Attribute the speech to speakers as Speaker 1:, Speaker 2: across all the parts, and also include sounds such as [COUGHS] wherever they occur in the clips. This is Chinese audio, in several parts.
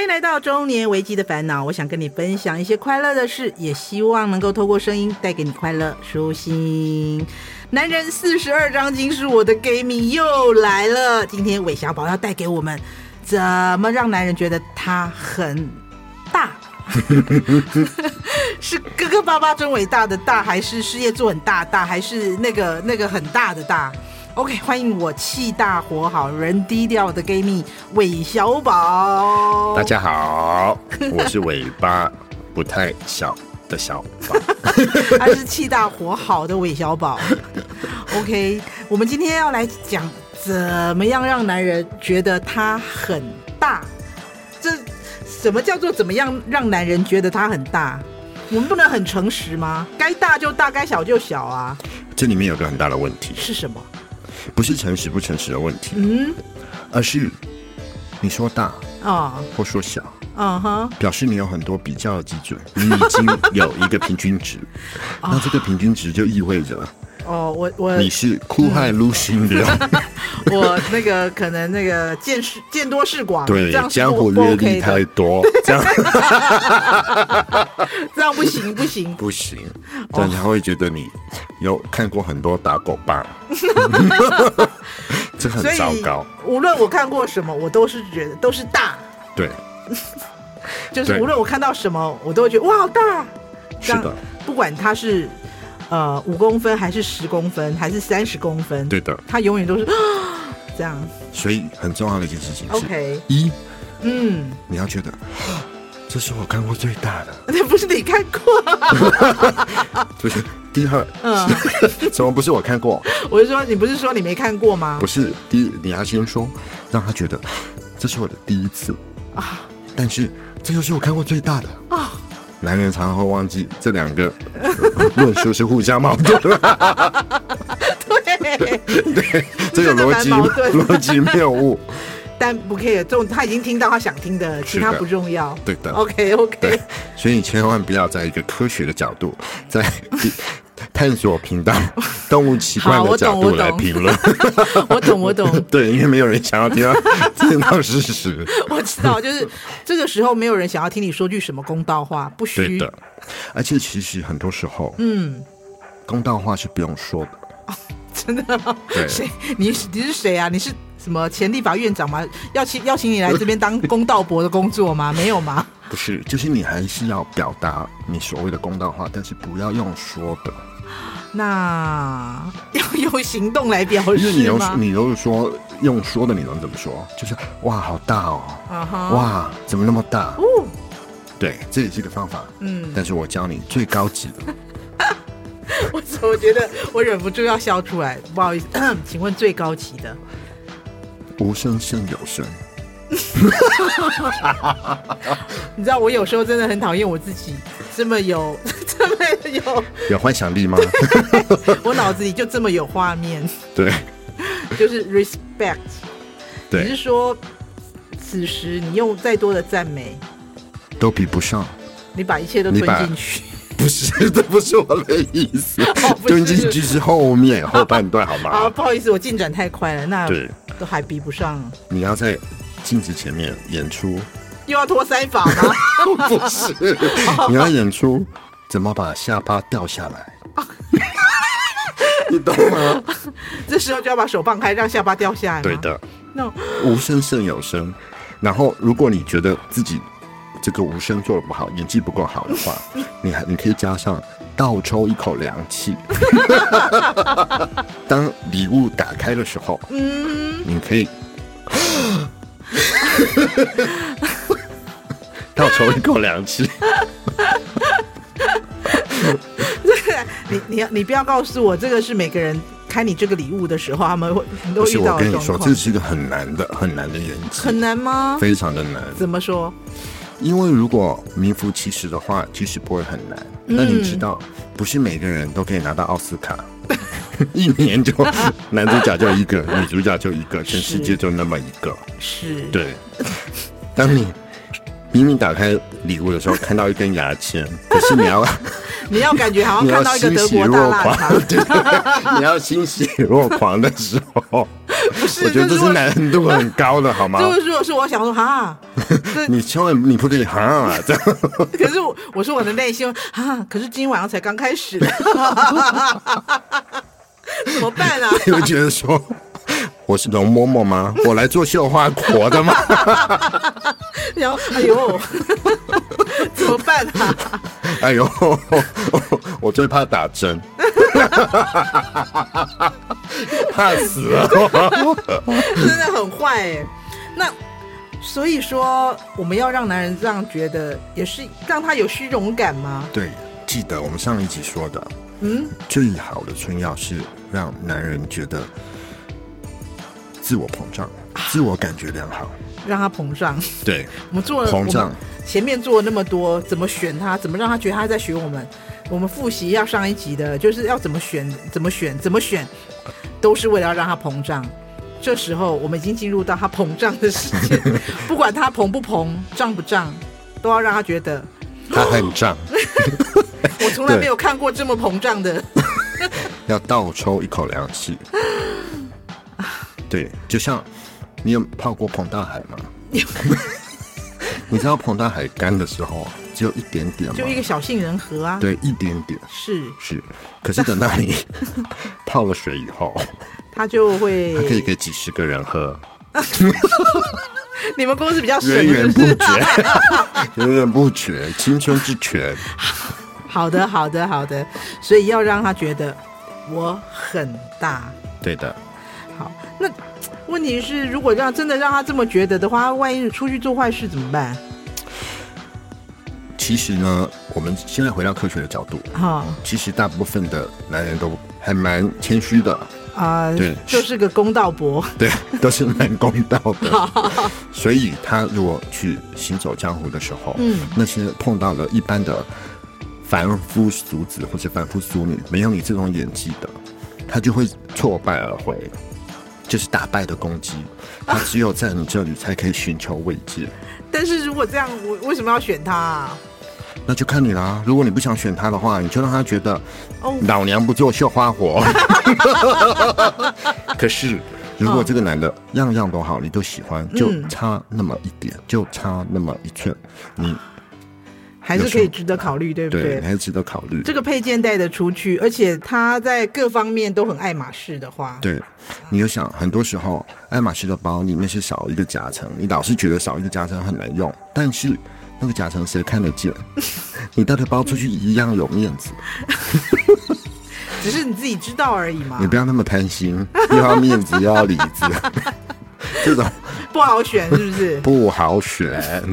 Speaker 1: 迎来到中年危机的烦恼，我想跟你分享一些快乐的事，也希望能够透过声音带给你快乐、舒心。男人四十二章经是我的 gay 米又来了，今天韦小宝要带给我们怎么让男人觉得他很大。是哥哥巴巴真伟大的大，还是事业做很大大，还是那个那个很大的大？OK，欢迎我气大活好人低调的 gay 蜜韦小宝。
Speaker 2: 大家好，我是尾巴不太小的小
Speaker 1: [LAUGHS]
Speaker 2: 宝。
Speaker 1: 他是气大活好的韦小宝。OK，我们今天要来讲怎么样让男人觉得他很大。这什么叫做怎么样让男人觉得他很大？我们不能很诚实吗？该大就大，该小就小啊。
Speaker 2: 这里面有个很大的问题，
Speaker 1: 是什么？
Speaker 2: 不是诚实不诚实的问题，
Speaker 1: 嗯，
Speaker 2: 而是你说大
Speaker 1: 哦，
Speaker 2: 或说小，
Speaker 1: 嗯哼，
Speaker 2: 表示你有很多比较的基准，你已经有一个平均
Speaker 1: [LAUGHS]
Speaker 2: 值，那这个平均值就意味着
Speaker 1: 哦，我我
Speaker 2: 你是酷害撸心的，
Speaker 1: [LAUGHS] 嗯
Speaker 2: [LAUGHS]
Speaker 1: 我那个可能那个见识见多识广，
Speaker 2: 对
Speaker 1: 这样，是
Speaker 2: 江
Speaker 1: 不
Speaker 2: 湖
Speaker 1: 不
Speaker 2: 阅
Speaker 1: OK
Speaker 2: 历
Speaker 1: 的
Speaker 2: 太，
Speaker 1: [LAUGHS]
Speaker 2: 多，这样
Speaker 1: 这样不行不行，
Speaker 2: 不行，这样他会觉得你有看过很多打狗
Speaker 1: [LAUGHS]
Speaker 2: 棒， [LAUGHS] 这 [LAUGHS] 很
Speaker 1: 所
Speaker 2: 糟
Speaker 1: 以
Speaker 2: 糕，
Speaker 1: 无论我看过什么，我都是觉得都是大，
Speaker 2: 对，
Speaker 1: 就是
Speaker 2: 对
Speaker 1: 无论我看到什么，我都会觉得哇好大，啊这
Speaker 2: 是
Speaker 1: 样
Speaker 2: 的，
Speaker 1: 不管它是呃五公分还是十公分还是三十公分，
Speaker 2: 对的。
Speaker 1: 它永远都是啊这样
Speaker 2: 所以很重要的一件事情是
Speaker 1: ，OK， [LAUGHS]
Speaker 2: 一，
Speaker 1: 嗯，
Speaker 2: 你要觉得， [GASPS] 啊这是我看过最大的。
Speaker 1: 那不是你看过，啊
Speaker 2: 就是第二， [LAUGHS]
Speaker 1: 嗯，
Speaker 2: 怎么不是我看过？
Speaker 1: 我是说你不是说你没看过吗
Speaker 2: 不？是第一，你要先说，让他觉得 [GASPS] 这是我的第一次
Speaker 1: 啊
Speaker 2: 啊，但是这就是我看过最大的
Speaker 1: 啊
Speaker 2: 啊。男人常常会忘记这两个 [LAUGHS] 论述是互相矛盾
Speaker 1: [LAUGHS]
Speaker 2: 的，
Speaker 1: 对。
Speaker 2: 对，这个
Speaker 1: 真的
Speaker 2: 逻
Speaker 1: 蛮
Speaker 2: 辑
Speaker 1: 矛盾的
Speaker 2: 逻辑谬误，
Speaker 1: 但不 care，重他已经听到他想听的，其
Speaker 2: 是的
Speaker 1: 他不重要。
Speaker 2: [LAUGHS] 对的。
Speaker 1: OK
Speaker 2: 对
Speaker 1: OK，，
Speaker 2: 所以你千万不要在一个科学的角
Speaker 1: [LAUGHS]
Speaker 2: 度，在探索频道动物奇怪
Speaker 1: 好我
Speaker 2: 的角
Speaker 1: 懂我
Speaker 2: 度来
Speaker 1: 懂
Speaker 2: 评论。
Speaker 1: [LAUGHS] 我懂我 [LAUGHS] 懂，
Speaker 2: [LAUGHS] 对，因为没有人想要
Speaker 1: [LAUGHS]
Speaker 2: 听到听到事实。
Speaker 1: 我知道，就是这个时候没有人想要听你说句什么公道话，不
Speaker 2: 对
Speaker 1: 虚。
Speaker 2: 的，而且其实很多时候，
Speaker 1: 嗯，
Speaker 2: 公道话是不用说的。
Speaker 1: 真的吗？[LAUGHS]
Speaker 2: 对
Speaker 1: 谁？你是你是谁啊？你是什么前立法院长吗？要请邀请你来这边当公道伯的工作
Speaker 2: [LAUGHS]
Speaker 1: 吗？没有吗？
Speaker 2: 不是，就是你还是要表达你所谓的公道话，但是不要用说的，
Speaker 1: 那要用行动来表
Speaker 2: 因为你
Speaker 1: 示
Speaker 2: 用
Speaker 1: 吗？
Speaker 2: 你都是说用说的，你能怎么说？就是哇，好大哦，
Speaker 1: 啊哈，
Speaker 2: 哇，怎么那么大？
Speaker 1: 哦，
Speaker 2: 对，这也是一个方法。
Speaker 1: 嗯，
Speaker 2: 但是我教你最高级 [LAUGHS] 的，
Speaker 1: [LAUGHS] 我我觉得我忍不住要笑出来，不好意思， [COUGHS] 请问最高级的
Speaker 2: 无声胜有声。
Speaker 1: 你知道我有时候真的很讨厌我自己，这么有， [LAUGHS] 这么有，
Speaker 2: 有幻想力吗？
Speaker 1: 我脑子里就这么有画面，
Speaker 2: [LAUGHS] 对
Speaker 1: 就是 respect。你是
Speaker 2: 对，
Speaker 1: 说，此时你用再多的赞美，
Speaker 2: 都比不上。
Speaker 1: 你把一切都
Speaker 2: 你
Speaker 1: 吞
Speaker 2: 把
Speaker 1: 进去，
Speaker 2: 不是，这不是我的意 [LAUGHS] 思
Speaker 1: 哦不是。
Speaker 2: 蹲进去是后面后半段，好
Speaker 1: 啊，
Speaker 2: 吗？
Speaker 1: 不好意思，我进展太快了，那
Speaker 2: 对，
Speaker 1: 都还比不上，
Speaker 2: 你要在镜子前面演出，
Speaker 1: 又要脱腮法吗？
Speaker 2: [LAUGHS]
Speaker 1: [LAUGHS]
Speaker 2: 不是，你要演出怎么把下巴掉下 [LAUGHS] 来，你懂吗？
Speaker 1: 这时候就要把手放开，让下巴掉下来。
Speaker 2: 对，的，
Speaker 1: 那
Speaker 2: 无声胜有声。然后，如果你觉得自己这个无声做的不好，演技不够好的话，
Speaker 1: [LAUGHS]
Speaker 2: 你还你可以加上倒抽一口凉
Speaker 1: [LAUGHS]
Speaker 2: 气。当礼物打开的时候，
Speaker 1: 嗯，
Speaker 2: 你
Speaker 1: [LAUGHS]
Speaker 2: 可以倒抽一口凉气。
Speaker 1: 你你你不要告诉我，这个是每个人开你这个礼物的时候，他们会都
Speaker 2: 不是
Speaker 1: 遇
Speaker 2: 我
Speaker 1: 到
Speaker 2: 跟
Speaker 1: 的状
Speaker 2: 你说，这
Speaker 1: 况，
Speaker 2: 是一个很难的、很难的演技，
Speaker 1: 很难吗？
Speaker 2: 非常的难。
Speaker 1: 怎么说？
Speaker 2: 因为如果名副其实的话，其实不会很难。
Speaker 1: 嗯
Speaker 2: 但你知道，不是每个人都可以拿到奥斯卡， [LAUGHS] 一
Speaker 1: [LAUGHS]
Speaker 2: 年就男主角就一个，女主角就一个，全世界就那么一个。
Speaker 1: 是， [LAUGHS]
Speaker 2: 对，当你明明打开礼物的时候，看到一根牙
Speaker 1: [LAUGHS]
Speaker 2: 签，可是你要
Speaker 1: 你要感觉
Speaker 2: [LAUGHS]
Speaker 1: 好像
Speaker 2: 你
Speaker 1: 哦看
Speaker 2: 要
Speaker 1: 到一个
Speaker 2: 欣
Speaker 1: 德
Speaker 2: [LAUGHS] 喜
Speaker 1: 国
Speaker 2: 若
Speaker 1: 大腊
Speaker 2: 狂，
Speaker 1: 肠，
Speaker 2: 对，你要欣喜若狂的时候，
Speaker 1: 不是，
Speaker 2: 我觉得
Speaker 1: 就是
Speaker 2: 这
Speaker 1: 如果
Speaker 2: 难度很高的，好吗？
Speaker 1: [LAUGHS] 就是如果是我想说哈，这
Speaker 2: 你千万你不可以哈，这样
Speaker 1: 可是我我说我的内心啊，可是今天晚上才刚开始呢， [LAUGHS] 怎么办啊？
Speaker 2: 你会觉得说我是容嬷嬷吗？我来做绣花活的吗？
Speaker 1: 然后哎呦， [LAUGHS] 怎么办啊？
Speaker 2: 哎呦，我最怕打针，怕死了。
Speaker 1: 真的很坏哎、那所以说，我们要让男人这样觉得，也是让他有虚荣感吗？
Speaker 2: 对，记得我们上一集说的，
Speaker 1: 嗯，
Speaker 2: 最好的春药是让男人觉得自我膨胀，自我感觉良好。
Speaker 1: 让他膨胀。
Speaker 2: 对，
Speaker 1: 我们做了
Speaker 2: 膨胀，
Speaker 1: 我们前面做了那么多，怎么选他？怎么让他觉得他在学我们？我们复习要上一集的，就是要怎么选，怎么选，怎么选，都是为了要让他膨胀。这时候我们已经进入到他膨胀的世界， [LAUGHS] 不管他膨不膨、胀不胀，都要让他觉得
Speaker 2: 他很胀，
Speaker 1: 我从来
Speaker 2: 对
Speaker 1: 没有看过这么膨胀的。
Speaker 2: 要倒抽一口凉
Speaker 1: [GASPS]
Speaker 2: 气。对，就像你有泡过彭大
Speaker 1: [LAUGHS]
Speaker 2: 海吗？你知道彭大海干的时候只有一点点
Speaker 1: 就一
Speaker 2: 吗？
Speaker 1: 个小杏仁核啊，
Speaker 2: 对，一点点
Speaker 1: 是
Speaker 2: 是。可是等到
Speaker 1: [LAUGHS]
Speaker 2: 你泡了水以后，
Speaker 1: 他就会
Speaker 2: 它。可以给几十个
Speaker 1: [LAUGHS]
Speaker 2: 人喝，
Speaker 1: 你们公司比较省，
Speaker 2: 源
Speaker 1: 是
Speaker 2: 源
Speaker 1: 不
Speaker 2: 不
Speaker 1: 是？
Speaker 2: [LAUGHS] 绝，源源不绝，青春之泉。
Speaker 1: 好的，好的，好的。所以要让他觉得我很大。
Speaker 2: 对的，
Speaker 1: 好，那问题是，如果让真的让他这么觉得的话，他万一出去做坏事怎么办？
Speaker 2: 其实呢，我们现在回到科学的角度，
Speaker 1: 哈、
Speaker 2: 其实大部分的男人都还蛮谦虚的，
Speaker 1: 啊、
Speaker 2: 对
Speaker 1: 就是个公道伯。 [LAUGHS]
Speaker 2: [LAUGHS] 对，都是蛮公道的。所以他如果去行走江湖的时候，
Speaker 1: 嗯，
Speaker 2: 那些碰到了一般的凡夫俗子或者凡夫俗女，没有你这种演技的，他就会挫败而回，就是打败的攻击。他只有在你这里才可以寻求慰藉。
Speaker 1: 但是如果这样，我为什么要选他、啊？
Speaker 2: 那就看你啦。如果你不想选他的话，你就让他觉得
Speaker 1: 哦，
Speaker 2: 老娘不做绣花
Speaker 1: [LAUGHS]
Speaker 2: 活。可是，如果这个男的样样都好，你都喜
Speaker 1: 嗯
Speaker 2: 欢，就差那么一点，就差那么一寸，你
Speaker 1: 还是可以值得考虑，对不
Speaker 2: 对
Speaker 1: 嗯对？
Speaker 2: 你还是值得考虑
Speaker 1: 这。个配件带得出去，而且他在各方面都很爱马仕的话，
Speaker 2: 对，你就想，很多时候爱马仕的包里面是少一个夹层，你老是觉得少一个夹层很难用，但是那个夹层谁看得
Speaker 1: [LAUGHS]
Speaker 2: 见？你带着包出去一样有面子，
Speaker 1: 只是你自己知道而已嘛
Speaker 2: 你，不要那么贪心，又要面子又要里子， [LAUGHS] 这种？
Speaker 1: 不好选是不是
Speaker 2: 不好选，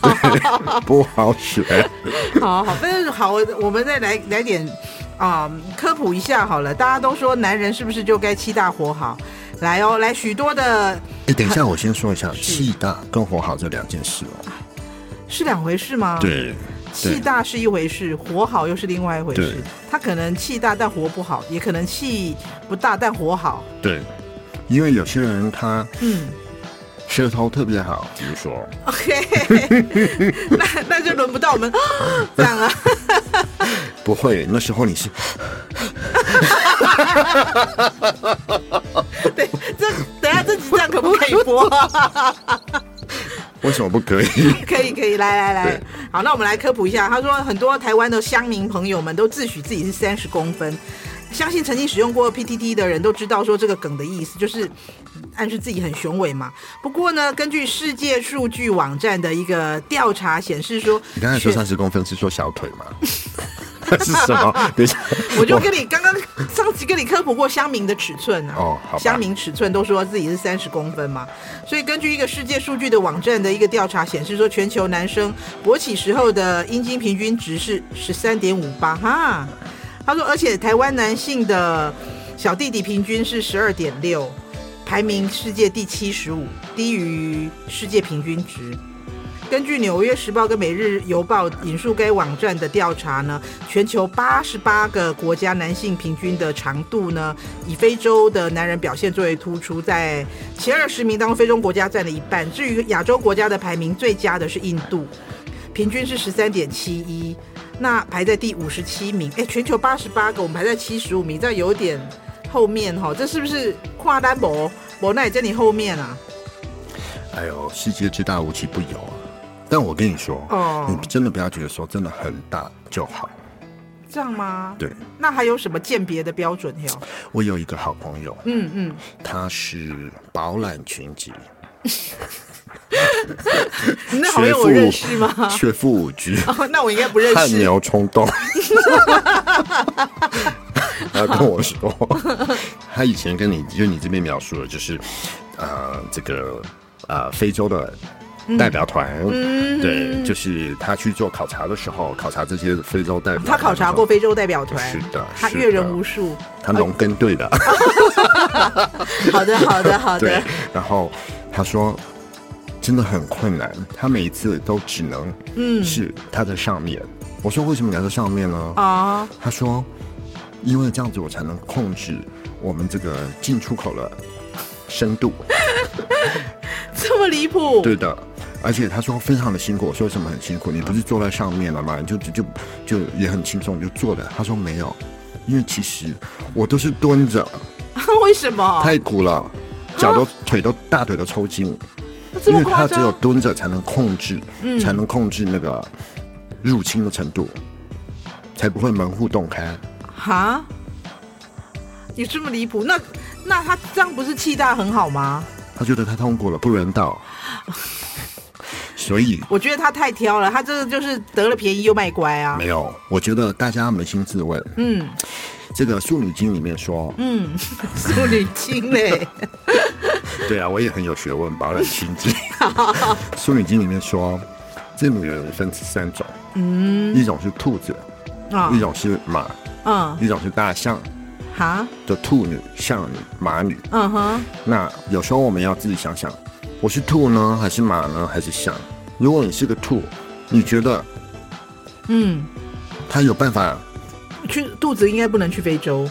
Speaker 2: 对，不好选。
Speaker 1: [LAUGHS] 好好，但是好，我我们再来来点啊、科普一下好了。大家都说男人是不是就该七大活好？来哦，来许多的
Speaker 2: 哎，等一下，我先说一下气大跟火好这两件事哦。
Speaker 1: 是两回事吗？，
Speaker 2: 对，
Speaker 1: 气大是一回事，活好又是另外一回事
Speaker 2: 对。
Speaker 1: 他可能气大但活不好，也可能气不大但活好。
Speaker 2: 对，因为有些人他
Speaker 1: 嗯
Speaker 2: 舌头特别好，比如说， [LAUGHS]
Speaker 1: ，OK，那那就轮不到我们这样啊。
Speaker 2: 不会，那时候你是
Speaker 1: 对，这等一下这几站可不可以播？啊
Speaker 2: 为什么不可以？ [LAUGHS]
Speaker 1: [LAUGHS] 可以可以，来来来
Speaker 2: 对，
Speaker 1: 好，那我们来科普一下。他说，很多台湾的乡民朋友们都自诩自己是三十公分，相信曾经使用过 PTT 的人都知道说这个梗的意思，就是暗示自己很雄伟嘛。不过呢，根据世界数据网站的一个调查显示说，
Speaker 2: 你刚才说
Speaker 1: 选
Speaker 2: 三十公分是说小
Speaker 1: [LAUGHS]
Speaker 2: 腿吗？是什么？等一下，
Speaker 1: 我就跟你刚刚上次跟你科普过乡民的尺寸啊，
Speaker 2: 哦好吧
Speaker 1: 乡民尺寸都说自己是三十公分嘛，所以根据一个世界数据的网站的一个调查显示说，全球男生勃起时候的阴茎平均值是十三点五八哈，他说，而且台湾男性的小弟弟平均是十二点六，排名世界第七十五，低于世界平均值。根据《纽约时报》跟《每日邮报》引述该网站的调查呢，全球八十八个国家男性平均的长度呢，以非洲的男人表现最为突出，在前二十名当中，非洲国家占了一半。至于亚洲国家的排名最佳的是印度，平均是十三点七一，那排在第五十七名。哎，全球八十八个，我们排在七十五名，这有点后面哈，这是不是跨单博？我那也在你后面啊。
Speaker 2: 哎呦，世界之大无奇不有啊！但我跟你说，
Speaker 1: 哦
Speaker 2: 你真的不要觉得说真的很大就好。
Speaker 1: 这样吗？
Speaker 2: 对，
Speaker 1: 那还有什么鉴别的标准哟？
Speaker 2: 我有一个好朋友，
Speaker 1: 嗯嗯，
Speaker 2: 他是饱览群集，
Speaker 1: 你那好
Speaker 2: 学
Speaker 1: 友
Speaker 2: 富
Speaker 1: 我认识吗？ [LAUGHS]
Speaker 2: 学富五车，
Speaker 1: 哦，那我应该不认
Speaker 2: [LAUGHS] 汗
Speaker 1: 识。
Speaker 2: 牛
Speaker 1: [LAUGHS]
Speaker 2: 充栋。他跟我说，他以前跟你就你这边描述的，就是呃，这个呃非洲的
Speaker 1: 嗯
Speaker 2: 代表团，对，就是他去做考察的时候，考察这些非洲代表团的时候。
Speaker 1: 他考察过非洲代表团，
Speaker 2: 是的
Speaker 1: 他
Speaker 2: 是
Speaker 1: 阅人
Speaker 2: 的
Speaker 1: 无数。
Speaker 2: 他农耕队的，
Speaker 1: 好的，好
Speaker 2: [LAUGHS]
Speaker 1: 的，好
Speaker 2: 对
Speaker 1: 的。。
Speaker 2: 然后他说，真的很困难，他每一次都只能嗯是他在上面。我说为什么你要在上面呢？
Speaker 1: 啊，
Speaker 2: 他说，因为这样子我才能控制我们这个进出口的深 [LAUGHS] 度。
Speaker 1: 这么离谱？
Speaker 2: 对的。而且他说非常的辛苦，我说为什么很辛苦？你不是坐在上面了吗？你就就就就也很轻松，你就坐着。他说没有，因为其实我都是蹲着，
Speaker 1: [LAUGHS] 为什么？
Speaker 2: 太苦了，脚都腿都大腿都抽筋，
Speaker 1: 这
Speaker 2: 因
Speaker 1: 么
Speaker 2: 为
Speaker 1: 夸
Speaker 2: 他只
Speaker 1: 张？
Speaker 2: 有
Speaker 1: 嗯
Speaker 2: 蹲着才能控制，才能控制那个入侵的程度，才不会门户洞开。
Speaker 1: 哈？有这么离谱？那那他这样不是气大很好吗？
Speaker 2: 他觉得太痛苦了，不
Speaker 1: [LAUGHS]
Speaker 2: 人道，所以
Speaker 1: 我觉得他太挑了，他这个就是得了便宜又卖乖啊。
Speaker 2: 没有。我觉得大家扪心自问，
Speaker 1: 嗯
Speaker 2: 这个《素女经》里面说，
Speaker 1: 嗯，淑女经嘞，
Speaker 2: [LAUGHS] 对啊，我也很有学问，饱览心
Speaker 1: [LAUGHS]
Speaker 2: 机。《素女经》里面说，这女人分三种，嗯，一种是兔子，
Speaker 1: 啊
Speaker 2: 一种是马，
Speaker 1: 嗯
Speaker 2: 一种是大象。
Speaker 1: 哈
Speaker 2: 的兔女、象女、马女。
Speaker 1: 嗯哼
Speaker 2: 那有时候我们要自己想想，我是兔呢，还是马呢，还是象？如果你是个兔，你觉得
Speaker 1: 嗯，
Speaker 2: 它有办法？
Speaker 1: 去肚子应该不能去非洲，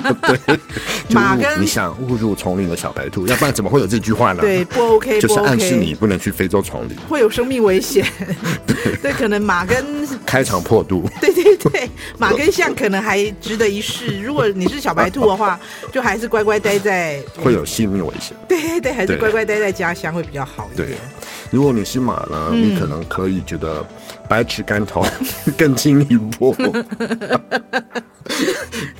Speaker 2: 就
Speaker 1: 马
Speaker 2: 误
Speaker 1: 跟
Speaker 2: 你想误入丛林的小白兔，要不然怎么会有这句话呢？
Speaker 1: 对，，不 OK，
Speaker 2: 啊就是
Speaker 1: 不
Speaker 2: 暗示
Speaker 1: OK，
Speaker 2: 你不能去非洲丛林，
Speaker 1: 会有生命危
Speaker 2: [LAUGHS]
Speaker 1: 险。对，可能马跟
Speaker 2: 开肠破肚。
Speaker 1: [LAUGHS] 对对对，马跟象可能还值得一试。如果你是小白兔的
Speaker 2: [LAUGHS]
Speaker 1: 话，就还是乖乖待在
Speaker 2: 会有性命危险。
Speaker 1: 对对对，还是
Speaker 2: 对
Speaker 1: 乖乖待在家乡会比较好一
Speaker 2: 对
Speaker 1: 点。，
Speaker 2: 如果你是马呢，你可能可以觉得百尺竿头 [LAUGHS] 更进一步。 [LAUGHS]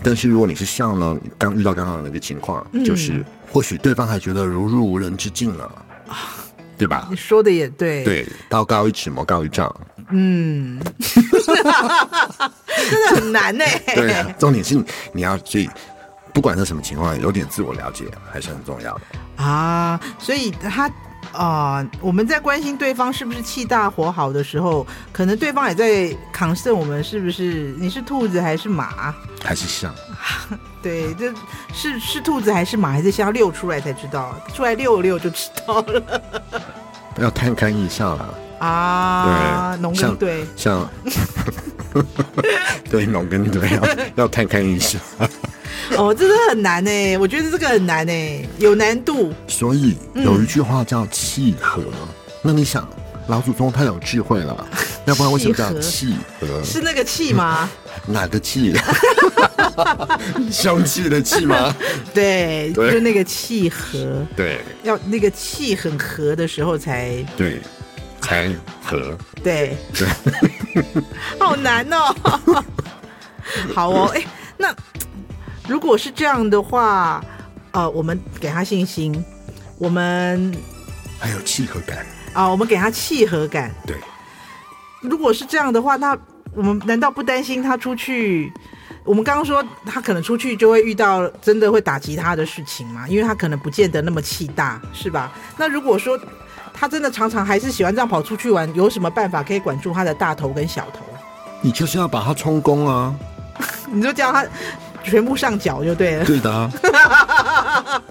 Speaker 2: 但是如果你是象呢，你刚遇到刚刚的那个情况，就是或许对方还觉得如入无人之境了，对吧
Speaker 1: 你？说的也对，
Speaker 2: 对，道高一尺，魔高一丈。
Speaker 1: 真的很难呢、
Speaker 2: [LAUGHS]
Speaker 1: [LAUGHS]
Speaker 2: 对啊，重点是你要所以，不管是什么情况，有点自我了解还是很重要的。
Speaker 1: 啊，所以他啊、我们在关心对方是不是气大火好的时候，可能对方也在扛胜我们是不是你是兔子还是马？
Speaker 2: 还是象，
Speaker 1: 对，这是是兔子还是马，还是先要遛出来才知道，出来遛一遛就知道了
Speaker 2: 要探看一下啦。
Speaker 1: 啊。农耕
Speaker 2: 像
Speaker 1: 队，
Speaker 2: [LAUGHS] 像，对农耕队要要探看一下，
Speaker 1: [LAUGHS] 哦，这个很难呢、我觉得这个很难呢、有难度。
Speaker 2: 所以有一句话叫契合。那你想，老祖宗他有智慧了， [LAUGHS] 要不然为什么叫契合？
Speaker 1: 是那个气吗？
Speaker 2: 哪个 [LAUGHS] 契？凶器的气吗？
Speaker 1: 对，
Speaker 2: 对
Speaker 1: 就那个气合，
Speaker 2: 对
Speaker 1: 要那个气很合的时候才
Speaker 2: 对，才合。
Speaker 1: 对，好难哦。好哦，哎、那如果是这样的话，呃，我们给他信心，我们
Speaker 2: 还有契合感。
Speaker 1: 啊、我们给他契合感。
Speaker 2: 对，
Speaker 1: 如果是这样的话，那我们难道不担心他出去？我们刚刚说他可能出去就会遇到真的会打击他的事情嘛，因为他可能不见得那么气大，是吧？那如果说他真的常常还是喜欢这样跑出去玩，有什么办法可以管住他的大头跟小头？
Speaker 2: 你就是要把它充公 [LAUGHS] 啊。
Speaker 1: 你就叫他全部上缴就对了。 [LAUGHS]
Speaker 2: 对的啊，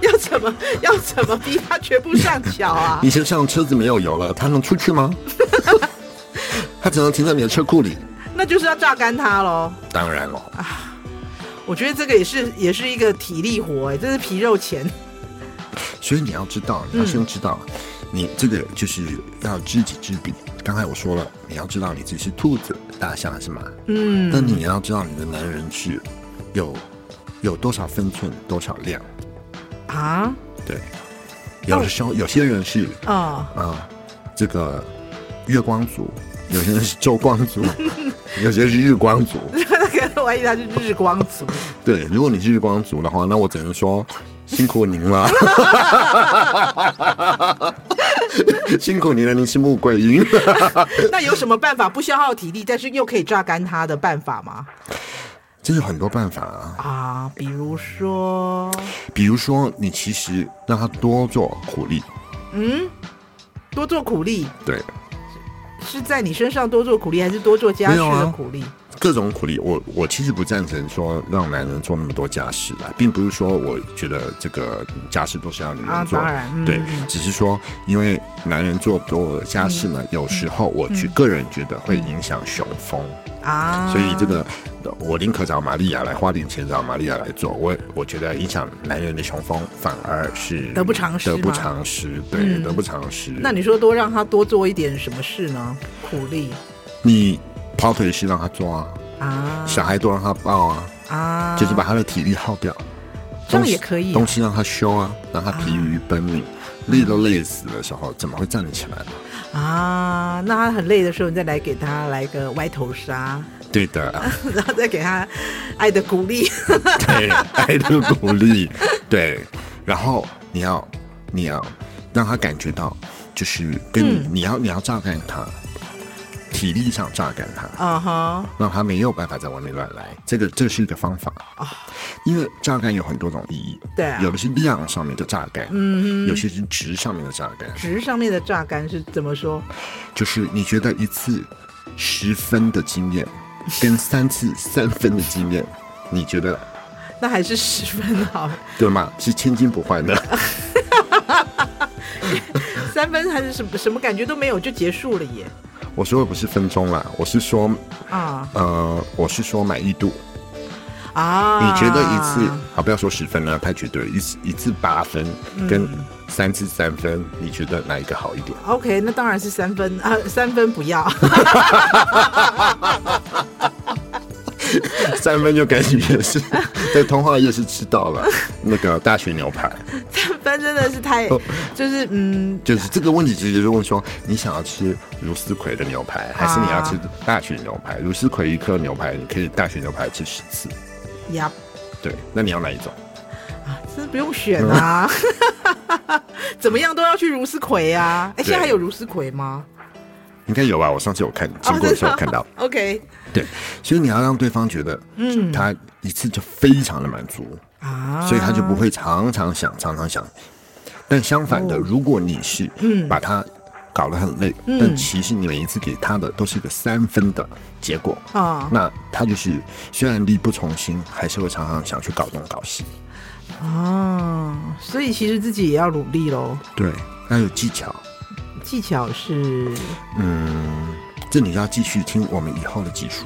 Speaker 1: 要怎么要怎么逼他全部上缴啊？ [LAUGHS]
Speaker 2: 你就像车子没有油了，它能出去 [LAUGHS] 吗？它只能停在你的车库里。
Speaker 1: 那就是要榨干他喽。
Speaker 2: 当然了。
Speaker 1: 我觉得这个也是也是一个体力活、哎，这是皮肉钱。
Speaker 2: 所以你要知道，你要先知道，你这个就是要知己知彼。刚才我说了，你要知道你自己是兔子、大象还是马，
Speaker 1: 嗯，
Speaker 2: 但你也要知道你的男人是有有多少分寸、多少量。
Speaker 1: 啊，
Speaker 2: 对，有的时候有些人是
Speaker 1: 哦，
Speaker 2: 啊、这个月光族，有些人是周光族，有些是日光族。
Speaker 1: 那个万一他是日光
Speaker 2: [LAUGHS]
Speaker 1: 族，
Speaker 2: 对，如果你是日光族的话，那我只能说辛苦您了，辛苦您了，您是穆桂英。
Speaker 1: 那有什么办法不消耗体力，但是又可以榨干他的办法吗？
Speaker 2: 这有很多办法啊，
Speaker 1: 啊，比如啊说，
Speaker 2: 比如说你其实让他多做苦力，
Speaker 1: 嗯，多做苦力
Speaker 2: 对，
Speaker 1: 是在你身上多做苦力，还是多做家事
Speaker 2: 没有啊
Speaker 1: 的苦力？
Speaker 2: 各种苦力，我我其实不赞成说让男人做那么多家事啊，并不是说我觉得这个家事都是要女
Speaker 1: 啊
Speaker 2: 人做，
Speaker 1: 当然嗯
Speaker 2: 对
Speaker 1: 嗯，嗯
Speaker 2: 只是说因为男人做多家事呢，有时候我觉个人觉得会影响雄风，
Speaker 1: 啊，
Speaker 2: 所以这个我宁可找玛利亚来花点钱找玛利亚来做，我我觉得影响男人的雄风反而是
Speaker 1: 得不偿失
Speaker 2: 得不
Speaker 1: 嘛
Speaker 2: 偿失，对，
Speaker 1: 嗯
Speaker 2: 得不偿失。
Speaker 1: 那你说多让他多做一点什么事呢？苦力
Speaker 2: 你跑腿是让他做啊，
Speaker 1: 啊
Speaker 2: 小孩多让他抱啊。
Speaker 1: 啊，
Speaker 2: 就是把他的体力耗掉，
Speaker 1: 这样
Speaker 2: 东西
Speaker 1: 也可以啊
Speaker 2: 东西让他休啊，让他疲于奔命，累都累死的时候，怎么会站得起来呢？
Speaker 1: 啊，那他很累的时候，你再来给他来个歪头杀，
Speaker 2: 对的，
Speaker 1: [LAUGHS] 然后再给他爱的鼓励。
Speaker 2: 对，爱的鼓励，对，然后你要，你要让他感觉到，就是跟你，
Speaker 1: 嗯
Speaker 2: 你要，你要榨干他，体力上榨干他，
Speaker 1: 啊哈，
Speaker 2: 让他没有办法在外面乱来，这个这是一个方法
Speaker 1: 哦
Speaker 2: 因为榨干有很多种意义，
Speaker 1: 对啊
Speaker 2: 有的是量上面的榨干，嗯，有些是值上面的榨干，
Speaker 1: 值上面的榨干是怎么说？
Speaker 2: 就是你觉得一次十分的经验，跟三次 [LAUGHS] 三分的经验，你觉得
Speaker 1: 那还是十分好 [LAUGHS] 了，
Speaker 2: 对吗？是千金不
Speaker 1: [LAUGHS]
Speaker 2: 换的，
Speaker 1: 三分还是什么什么感觉都没有就结束了耶。
Speaker 2: 我说的不是分钟啦，我是说，
Speaker 1: 啊
Speaker 2: 呃，我是说满意度。
Speaker 1: 啊，
Speaker 2: 你觉得一次，好，不要说十分了，太绝对了，一次一次八分跟
Speaker 1: 嗯
Speaker 2: 三次三分，你觉得哪一个好一点？
Speaker 1: OK，那当然是三分啊，三分不要。 [LAUGHS]
Speaker 2: 三分就感觉是在通化夜市吃到了那个大学牛排。
Speaker 1: 三分真的是太，
Speaker 2: 哦
Speaker 1: 就是嗯，
Speaker 2: 就是这个问题，直接就问说，你想要吃茹丝葵的牛排，还是你要吃大雪牛排？茹丝葵一颗牛排，你可以大雪牛排吃十次，
Speaker 1: 呀，
Speaker 2: 对，那你要哪一种？
Speaker 1: 真的不用选啊， [LAUGHS] 怎么样都要去如斯葵啊。哎，
Speaker 2: 哦对
Speaker 1: 现在还有如斯葵吗？哦
Speaker 2: 应该有吧？我上次有看经过的时候看到，
Speaker 1: [LAUGHS] OK
Speaker 2: 对，所以你要让对方觉得，嗯，他一次就非常的满足，
Speaker 1: 啊，
Speaker 2: 所以他就不会常常想，常常想。但相反的，如果你是把他搞得很累，但其实你每一次给他的都是一个三分的结果，
Speaker 1: 啊
Speaker 2: 那他就是虽然力不从心，还是会常常想去搞东搞西。
Speaker 1: 啊，所以其实自己也要努力喽。
Speaker 2: 对，要有技巧。
Speaker 1: 技巧是 [LAUGHS]
Speaker 2: 嗯，这你要继续听我们以后的技术，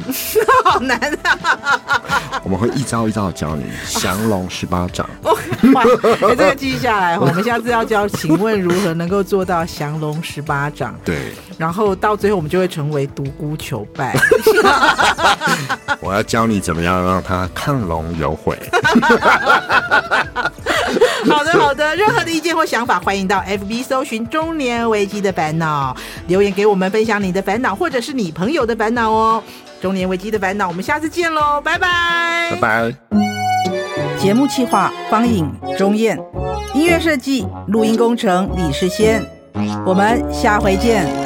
Speaker 1: 好难啊！
Speaker 2: 我们会一招一招的教你降龙十八掌。
Speaker 1: 我哇哎这个记下来，我们下次要教。请问如何能够做到降龙十八掌？
Speaker 2: 对，
Speaker 1: 然后到最后我们就会成为独孤求
Speaker 3: [LAUGHS]
Speaker 1: 败。
Speaker 2: 我要教你怎么样让他亢龙有悔。
Speaker 1: 好的，好的，任何的意见或想法，欢迎到 FB 搜寻“中年危机的烦恼”，留言给我们分享你的烦恼，或者是你朋友的烦恼哦。中年危机的烦恼，我们下次见喽，拜拜，
Speaker 2: 拜。拜。
Speaker 3: 节目企划方颖、钟燕，音乐设计、录音工程李世先。我们下回见。